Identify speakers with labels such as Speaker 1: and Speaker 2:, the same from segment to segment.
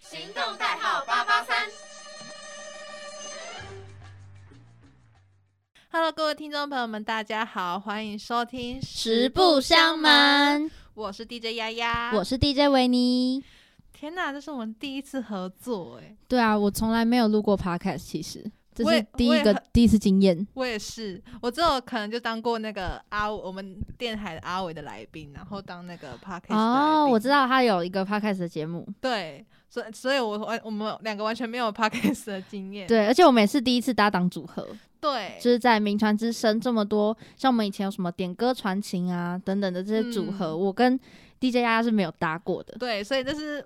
Speaker 1: 行动代号八八三。
Speaker 2: Hello，各位听众朋友们，大家好，欢迎收听《
Speaker 3: 实不相瞒，，
Speaker 2: 我是 DJ 丫丫。
Speaker 3: 我是 DJ 维尼。
Speaker 2: 天哪，这是我们第一次合作哎，
Speaker 3: 对啊，我从来没有录过 podcast，其实这
Speaker 2: 我也
Speaker 3: 是第一个
Speaker 2: 我也很
Speaker 3: 第一次经验。
Speaker 2: 我也是，我之后可能就当过那个阿我们电台的阿伟的来宾，然后当那个 podcast 的来
Speaker 3: 哦，
Speaker 2: 宾
Speaker 3: 我知道他有一个 podcast 的节目，
Speaker 2: 对，所以所以我完我们两个完全没有 podcast 的经验，
Speaker 3: 对，而且我们也是第一次搭档组合，
Speaker 2: 对
Speaker 3: 就是在名传之声这么多，像我们以前有什么点歌传情啊等等的这些组合，
Speaker 2: 嗯
Speaker 3: 我跟 DJ 丫丫是没有搭过的。
Speaker 2: 对，所以这是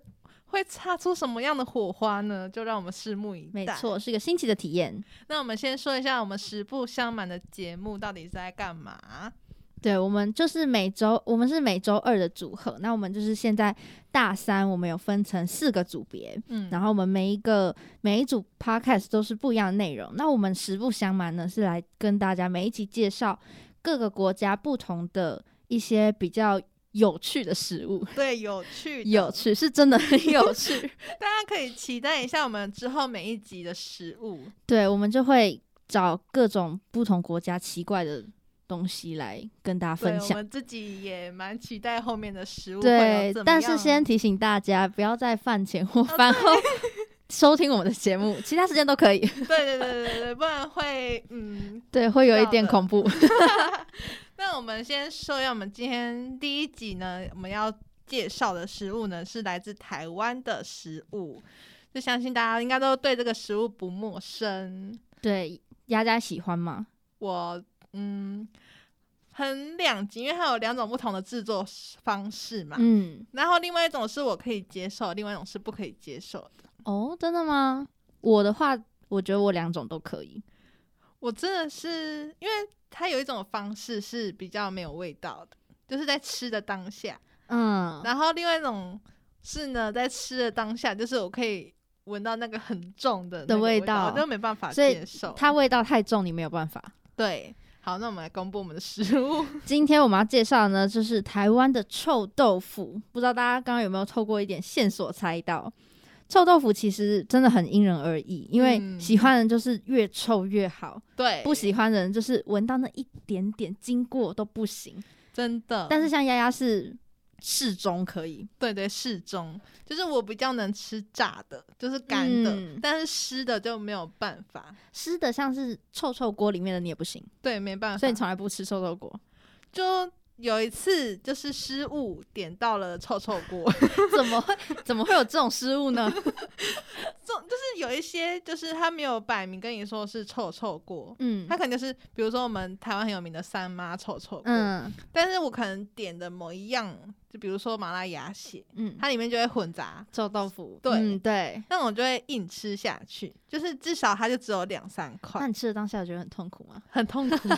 Speaker 2: 会擦出什么样的火花呢？就让我们拭目以待。
Speaker 3: 没错，是一个新奇的体验。
Speaker 2: 那我们先说一下我们实不相瞒的节目到底是在干嘛？
Speaker 3: 对，我们就是每周，我们是每周二的组合。那我们就是现在大三，我们有分成四个组别，
Speaker 2: 嗯
Speaker 3: 然后我们每一个每一组 podcast 都是不一样的内容。那我们实不相瞒呢，是来跟大家每一集介绍各个国家不同的一些比较有趣的食物。
Speaker 2: 对，有趣的
Speaker 3: 有，趣是真的很有 趣，
Speaker 2: 大家可以期待一下我们之后每一集的食物。
Speaker 3: 对，我们就会找各种不同国家奇怪的东西来跟大家
Speaker 2: 对，
Speaker 3: 分
Speaker 2: 我
Speaker 3: 享。
Speaker 2: 们自己也蛮期待后面的食物会有
Speaker 3: 对
Speaker 2: 怎，么
Speaker 3: 但是
Speaker 2: 样
Speaker 3: 先提醒大家，不要在饭前 或饭后收听我们的节目，其他时间都可以。
Speaker 2: 对对对对对，不然会嗯。
Speaker 3: 对，会有一点
Speaker 2: 知道的
Speaker 3: 恐怖。
Speaker 2: 那我们先说一下，我们今天第一集呢，我们要介绍的食物呢是来自台湾的食物，就相信大家应该都对这个食物不陌生。
Speaker 3: 对，丫丫喜欢吗？
Speaker 2: 我嗯很两极，因为它有两种不同的制作方式嘛。
Speaker 3: 嗯，
Speaker 2: 然后另外一种是我可以接受，另外一种是不可以接受的。
Speaker 3: 哦，真的吗？我的话，我觉得我两种都可以。
Speaker 2: 我真的是因为它有一种方式是比较没有味道的，就是在吃的当下；
Speaker 3: 嗯，
Speaker 2: 然后另外一种是呢，在吃的当下，就是我可以闻到那个很重的那
Speaker 3: 的
Speaker 2: 个
Speaker 3: 味
Speaker 2: 味道，
Speaker 3: 道
Speaker 2: 我就没办法
Speaker 3: 所以
Speaker 2: 接受。
Speaker 3: 它味道太重，你没有办法。
Speaker 2: 对，好，那我们来公布我们的食物。
Speaker 3: 今天我们要介绍的呢，就是台湾的臭豆腐。不知道大家刚刚有没有透过一点线索猜到，臭豆腐其实真的很因人而异，因为
Speaker 2: 嗯
Speaker 3: 喜欢的人就是越臭越好，
Speaker 2: 对，
Speaker 3: 不，喜欢的人就是闻到那一点点经过都不行。
Speaker 2: 真的。
Speaker 3: 但是像丫丫是适中可以，
Speaker 2: 对对，适中，就是我比较能吃炸的，就是干的，
Speaker 3: 嗯
Speaker 2: 但是湿的就没有办法，
Speaker 3: 湿的像是臭臭锅里面的你也不行，
Speaker 2: 对，没办法。
Speaker 3: 所以你从来不吃臭豆锅，
Speaker 2: 就有一次就是失误点到了臭臭 锅，
Speaker 3: 怎么会怎么会有这种失 误呢？
Speaker 2: 这种就是有一些就是他没有摆明跟你说是臭臭锅，
Speaker 3: 嗯
Speaker 2: 他可能就是比如说我们台湾很有名的三妈臭臭锅，
Speaker 3: 嗯
Speaker 2: 但是我可能点的某一样，就比如说麻辣鸭血，
Speaker 3: 嗯，
Speaker 2: 它里面就会混杂。
Speaker 3: 臭豆腐，
Speaker 2: 对
Speaker 3: 嗯对。
Speaker 2: 那种就会硬吃下去，就是至少它就只有两三块
Speaker 3: 那，你吃的当下觉得很痛苦吗？
Speaker 2: 很痛苦。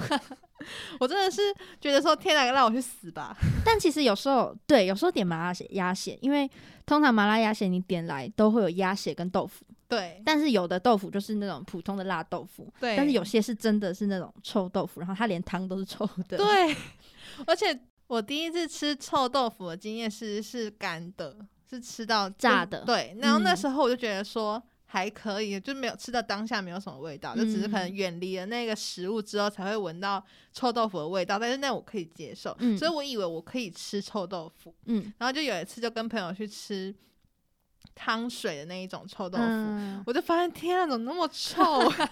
Speaker 2: 我真的是觉得说，天哪，让我去死吧！
Speaker 3: 但其实有时候，对，有时候点麻辣血鸭血，因为通常麻辣鸭血你点来都会有鸭血跟豆腐，
Speaker 2: 对
Speaker 3: 但是有的豆腐就是那种普通的辣豆腐，
Speaker 2: 对，
Speaker 3: 但是有些是真的是那种臭豆腐，然后它连汤都是臭的。，
Speaker 2: 对， 而且我第一次吃臭豆腐的经验是是干的，是吃到就是
Speaker 3: 炸的
Speaker 2: 对，然后那
Speaker 3: 嗯
Speaker 2: 时候我就觉得说。还可以，就没有吃到当下没有什么味道，就只是可能
Speaker 3: 嗯
Speaker 2: 远离了那个食物之后才会闻到臭豆腐的味道，但是那我可以接受，
Speaker 3: 嗯
Speaker 2: 所以我以为我可以吃臭豆腐，
Speaker 3: 嗯，
Speaker 2: 然后就有一次就跟朋友去吃汤水的那一种臭豆腐，
Speaker 3: 嗯
Speaker 2: 我就发现天啊，怎么那么臭、啊？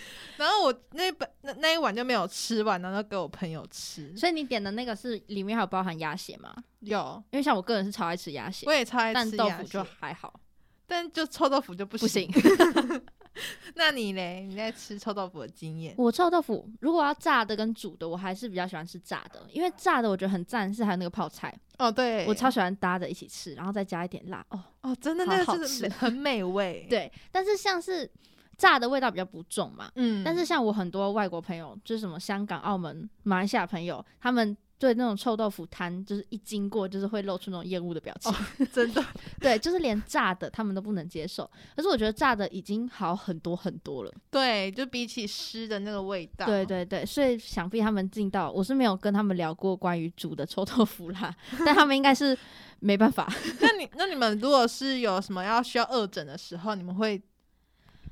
Speaker 2: 然后我那本那那一碗就没有吃完，然后就给我朋友吃。
Speaker 3: 所以你点的那个是里面还有包含鸭血吗？
Speaker 2: 有，
Speaker 3: 因为像我个人是超爱吃鸭血
Speaker 2: 我，也超爱
Speaker 3: 但
Speaker 2: 吃
Speaker 3: 豆
Speaker 2: 鸭
Speaker 3: 腐
Speaker 2: 血
Speaker 3: 就还好。
Speaker 2: 但就臭豆腐就不
Speaker 3: 不行。
Speaker 2: 那你嘞？你在吃臭豆腐的经验？
Speaker 3: 我臭豆腐如果要炸的跟煮的，我还是比较喜欢吃炸的，因为炸的我觉得很赞，是还有那个泡菜，
Speaker 2: 哦，对，
Speaker 3: 我超喜欢搭着一起吃，然后再加一点辣哦。
Speaker 2: 哦，真的
Speaker 3: 好
Speaker 2: 那
Speaker 3: 好
Speaker 2: 个就是
Speaker 3: 吃
Speaker 2: 美很美味。，
Speaker 3: 对，但是像是炸的味道比较不重嘛，
Speaker 2: 嗯，
Speaker 3: 但是像我很多外国朋友，就是什么香港、澳门、马来西亚朋友，他们对那种臭豆腐摊，就是一经过就是会露出那种厌恶的表情。
Speaker 2: 哦真的，
Speaker 3: 对，就是连炸的他们都不能接受。可是我觉得炸的已经好很多很多了。
Speaker 2: 对，就比起湿的那个味道，
Speaker 3: 对对对，所以想必他们进到，我是没有跟他们聊过关于煮的臭豆腐啦，但他们应该是没 办法。
Speaker 2: 那你那你们如果是有什么要需要二诊的时候，你们会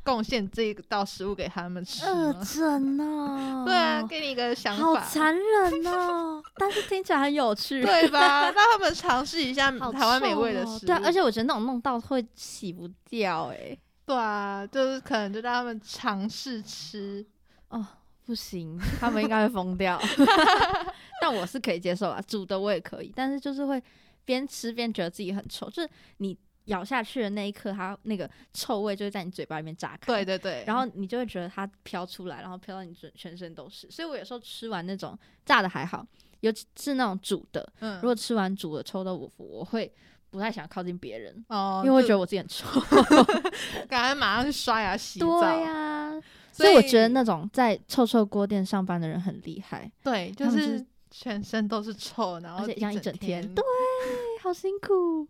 Speaker 2: 贡献这一道食物给他们吃
Speaker 3: 二
Speaker 2: 吗？
Speaker 3: 诊 哦，
Speaker 2: 对啊，给你一个想
Speaker 3: 好
Speaker 2: 法，
Speaker 3: 残忍哦， 但是听起来很有趣。
Speaker 2: 对吧？让他们尝试一下
Speaker 3: 好
Speaker 2: 台湾美味的
Speaker 3: 臭哦
Speaker 2: 食物。
Speaker 3: 对啊，而且我觉得那种弄到会洗不掉哎、
Speaker 2: 对啊，就是可能就让他们尝试吃。
Speaker 3: 哦，不行，他们应该会 疯掉。 但我是可以接受啊，煮的我也可以，但是就是会边吃边觉得自己很臭，就是你咬下去的那一刻，它那个臭味就会在你嘴巴里面炸开。
Speaker 2: 对对对，
Speaker 3: 然后你就会觉得它飘出来，然后飘到你全全身都是。所以我有时候吃完那种炸的还好，尤其是那种煮的，
Speaker 2: 嗯，
Speaker 3: 如果吃完煮的臭豆腐，我会不太想靠近别人，
Speaker 2: 哦，
Speaker 3: 因为我
Speaker 2: 就
Speaker 3: 觉得我自己很臭。
Speaker 2: 赶快马上去刷牙洗澡。
Speaker 3: 对呀、
Speaker 2: 所
Speaker 3: 所
Speaker 2: 以
Speaker 3: 以我觉得那种在臭臭锅店上班的人很厉害，
Speaker 2: 对，就
Speaker 3: 他们就是是
Speaker 2: 全身都是臭，然后
Speaker 3: 而且像一整
Speaker 2: 哦天，
Speaker 3: 天对哎，好辛苦。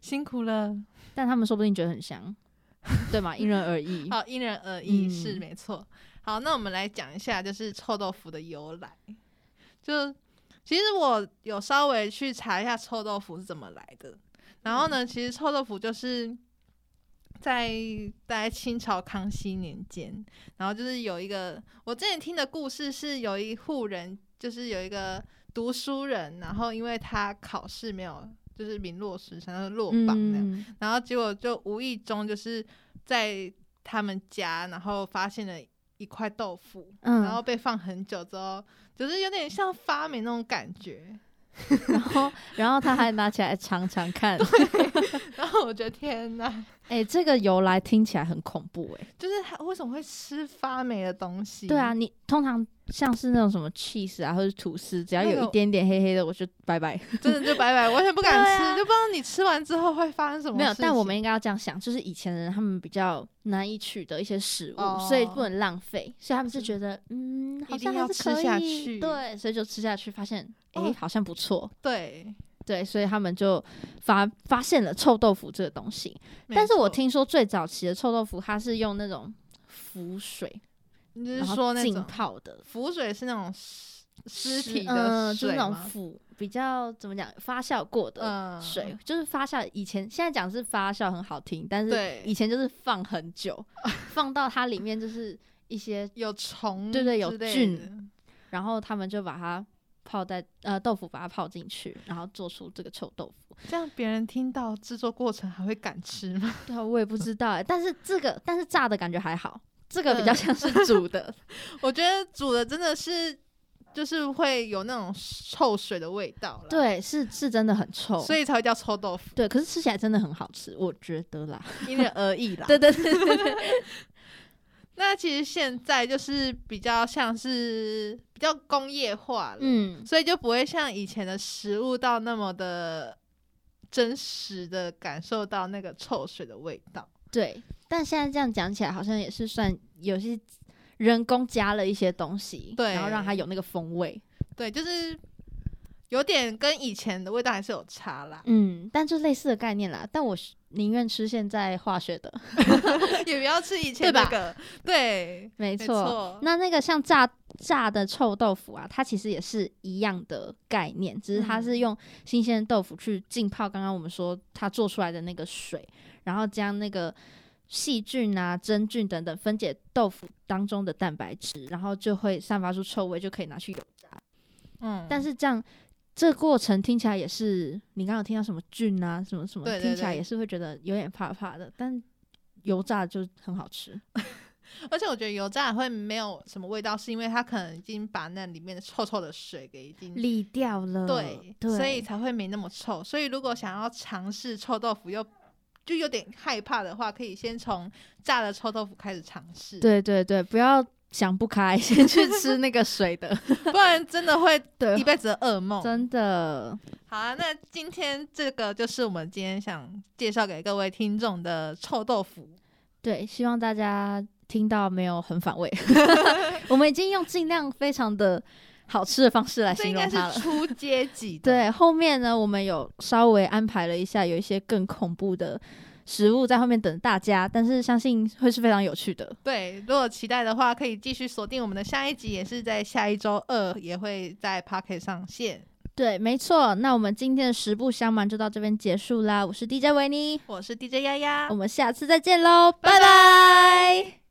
Speaker 2: 辛苦了。
Speaker 3: 但他们说不定觉得很香， 对吗？因人而 异。
Speaker 2: 好，因人而异、
Speaker 3: 嗯
Speaker 2: 是没错。好，那我们来讲一下，就是臭豆腐的由来。就其实我有稍微去查一下臭豆腐是怎么来的。然后呢，其实臭豆腐就是在在清朝康熙年间，然后就是有一个我之前听的故事是有一户人，就是有一个读书人，然后因为他考试没有就是名落孙山，就是落榜这样。
Speaker 3: 嗯，
Speaker 2: 然后结果就无意中就是在他们家，然后发现了一块豆腐，
Speaker 3: 嗯
Speaker 2: 然后被放很久之后，就是有点像发霉那种感觉。
Speaker 3: 嗯然后然后他还拿起来尝 尝看，
Speaker 2: 然后我觉得天哪，
Speaker 3: 哎、这个由来听起来很恐怖哎、
Speaker 2: 就是他为什么会吃发霉的东西？
Speaker 3: 对啊，，你通常像是那种什么 cheese 啊，或者吐司，只要
Speaker 2: 那
Speaker 3: 有
Speaker 2: 个
Speaker 3: 一点点黑黑的，我就拜拜。
Speaker 2: 真的就白白，完全不敢吃，
Speaker 3: 对啊
Speaker 2: 就不知道你吃完之后会发生什么
Speaker 3: 没有，
Speaker 2: 事情
Speaker 3: 但我们应该要这样想，就是以前的人他们比较难以取得一些食物，
Speaker 2: 哦
Speaker 3: 所以不能浪费，所以他们是
Speaker 2: 是
Speaker 3: 觉得嗯，好
Speaker 2: 一定
Speaker 3: 像
Speaker 2: 要
Speaker 3: 还是可
Speaker 2: 吃
Speaker 3: 以
Speaker 2: 下去
Speaker 3: 对，所以就吃下去，发现诶
Speaker 2: 哦
Speaker 3: 好像不错，
Speaker 2: 对，
Speaker 3: 对，所以他们就发发现了臭豆腐这个东西。
Speaker 2: 没
Speaker 3: 但是我
Speaker 2: 错
Speaker 3: 听说最早期的臭豆腐，它是用那种浮水，
Speaker 2: 你就
Speaker 3: 然
Speaker 2: 是
Speaker 3: 后
Speaker 2: 说那
Speaker 3: 浸
Speaker 2: 种
Speaker 3: 泡的
Speaker 2: 浮水是那种尸尸
Speaker 3: 是
Speaker 2: 体
Speaker 3: 嗯、
Speaker 2: 的
Speaker 3: 就是
Speaker 2: 水
Speaker 3: 那种
Speaker 2: 吗？
Speaker 3: 腐比较怎么讲发酵过的。
Speaker 2: 嗯，
Speaker 3: 水就是发酵，以前现在讲是发酵很好听，但是
Speaker 2: 对
Speaker 3: 以前就是放 很久，放到它里面就是一些，
Speaker 2: 有虫
Speaker 3: 对对有
Speaker 2: 之类
Speaker 3: 菌
Speaker 2: 的
Speaker 3: 然后他们就把它泡在呃豆腐把它泡进去，然后做出这个臭豆腐。
Speaker 2: 这样别人听到制作过程还会敢吃吗？
Speaker 3: 对啊，我也不知道哎、但是这个但是炸的感觉还好，这个比较
Speaker 2: 嗯
Speaker 3: 像是煮 的，
Speaker 2: 我觉得煮的真的是就是会有那种臭水的味道啦，，
Speaker 3: 对，是是真的很臭，
Speaker 2: 所
Speaker 3: 以
Speaker 2: 以才会叫臭豆腐，
Speaker 3: 对，可是吃起来真的很好吃，我觉得啦。
Speaker 2: 因人而异 啦。
Speaker 3: 对对对对对，
Speaker 2: 那其实现在就是比较像是比较工业化了，
Speaker 3: 嗯，
Speaker 2: 所以就不会像以前的食物到那么的真实的感受到那个臭水的味道。
Speaker 3: 对。但现在这样讲起来，好像也是算有些人工加了一些东西，
Speaker 2: 对嗯
Speaker 3: 然后让它有那个风味，
Speaker 2: 对，就是有点跟以前的味道还是有差啦，
Speaker 3: 嗯，但就类似的概念啦。但我是宁愿吃现在化学的，
Speaker 2: 也不要吃以前
Speaker 3: 对吧
Speaker 2: 那个，对，没
Speaker 3: 没错。
Speaker 2: 错。
Speaker 3: 那那个像炸炸的臭豆腐啊，它其实也是一样的概念，只是
Speaker 2: 嗯
Speaker 3: 它是用新鲜的豆腐去浸泡。刚刚我们说它做出来的那个水，然后将那个细菌啊、真菌等等分解豆腐当中的蛋白质，然后就会散发出臭味，就可以拿去油炸。
Speaker 2: 嗯，
Speaker 3: 但
Speaker 2: 是
Speaker 3: 是这样这个过程听起来也是，你刚刚有听到什么菌啊、什么什么，
Speaker 2: 对对
Speaker 3: 听起来
Speaker 2: 对
Speaker 3: 也是会觉得有点怕怕的，但。油炸就很好
Speaker 2: 嗯
Speaker 3: 吃，
Speaker 2: 而且我觉得油炸会没有什么味道，是因为它可能已经把那里面的臭臭的水给已经
Speaker 3: 沥掉了。
Speaker 2: 对，
Speaker 3: 对
Speaker 2: 所以才会没那么臭。所以如果想要尝试臭豆腐又就有点害怕的话，可以先从炸的臭豆腐开始尝试，
Speaker 3: 对对对，不要想不开， 先去吃那个水 的。
Speaker 2: 不然真的会
Speaker 3: 对
Speaker 2: 一辈子的噩梦。
Speaker 3: 真的，
Speaker 2: 好啊，那今天这个就是我们今天想介绍给各位听众的臭豆腐。
Speaker 3: 对，希望 大家听到没有很反胃。我们已经用尽量非常的好吃的方式来
Speaker 2: 这
Speaker 3: 形
Speaker 2: 应
Speaker 3: 容
Speaker 2: 该
Speaker 3: 它了
Speaker 2: 是。初阶级的，
Speaker 3: 对，后面呢，我们有稍微安排了一下，有一些更恐怖的食物在后面等大家，但是相信会是非常有趣的。
Speaker 2: 对，如果期待的话，可以继续锁定我们的下一集，也是在下一周二也会在 Pocket 上线。
Speaker 3: 对，没错。那我们今天的食不相瞒就到这边结束啦。我是 DJ 维尼，
Speaker 2: 我是 DJ 丫丫
Speaker 3: 我，们下次再见喽，拜
Speaker 2: 拜
Speaker 3: 拜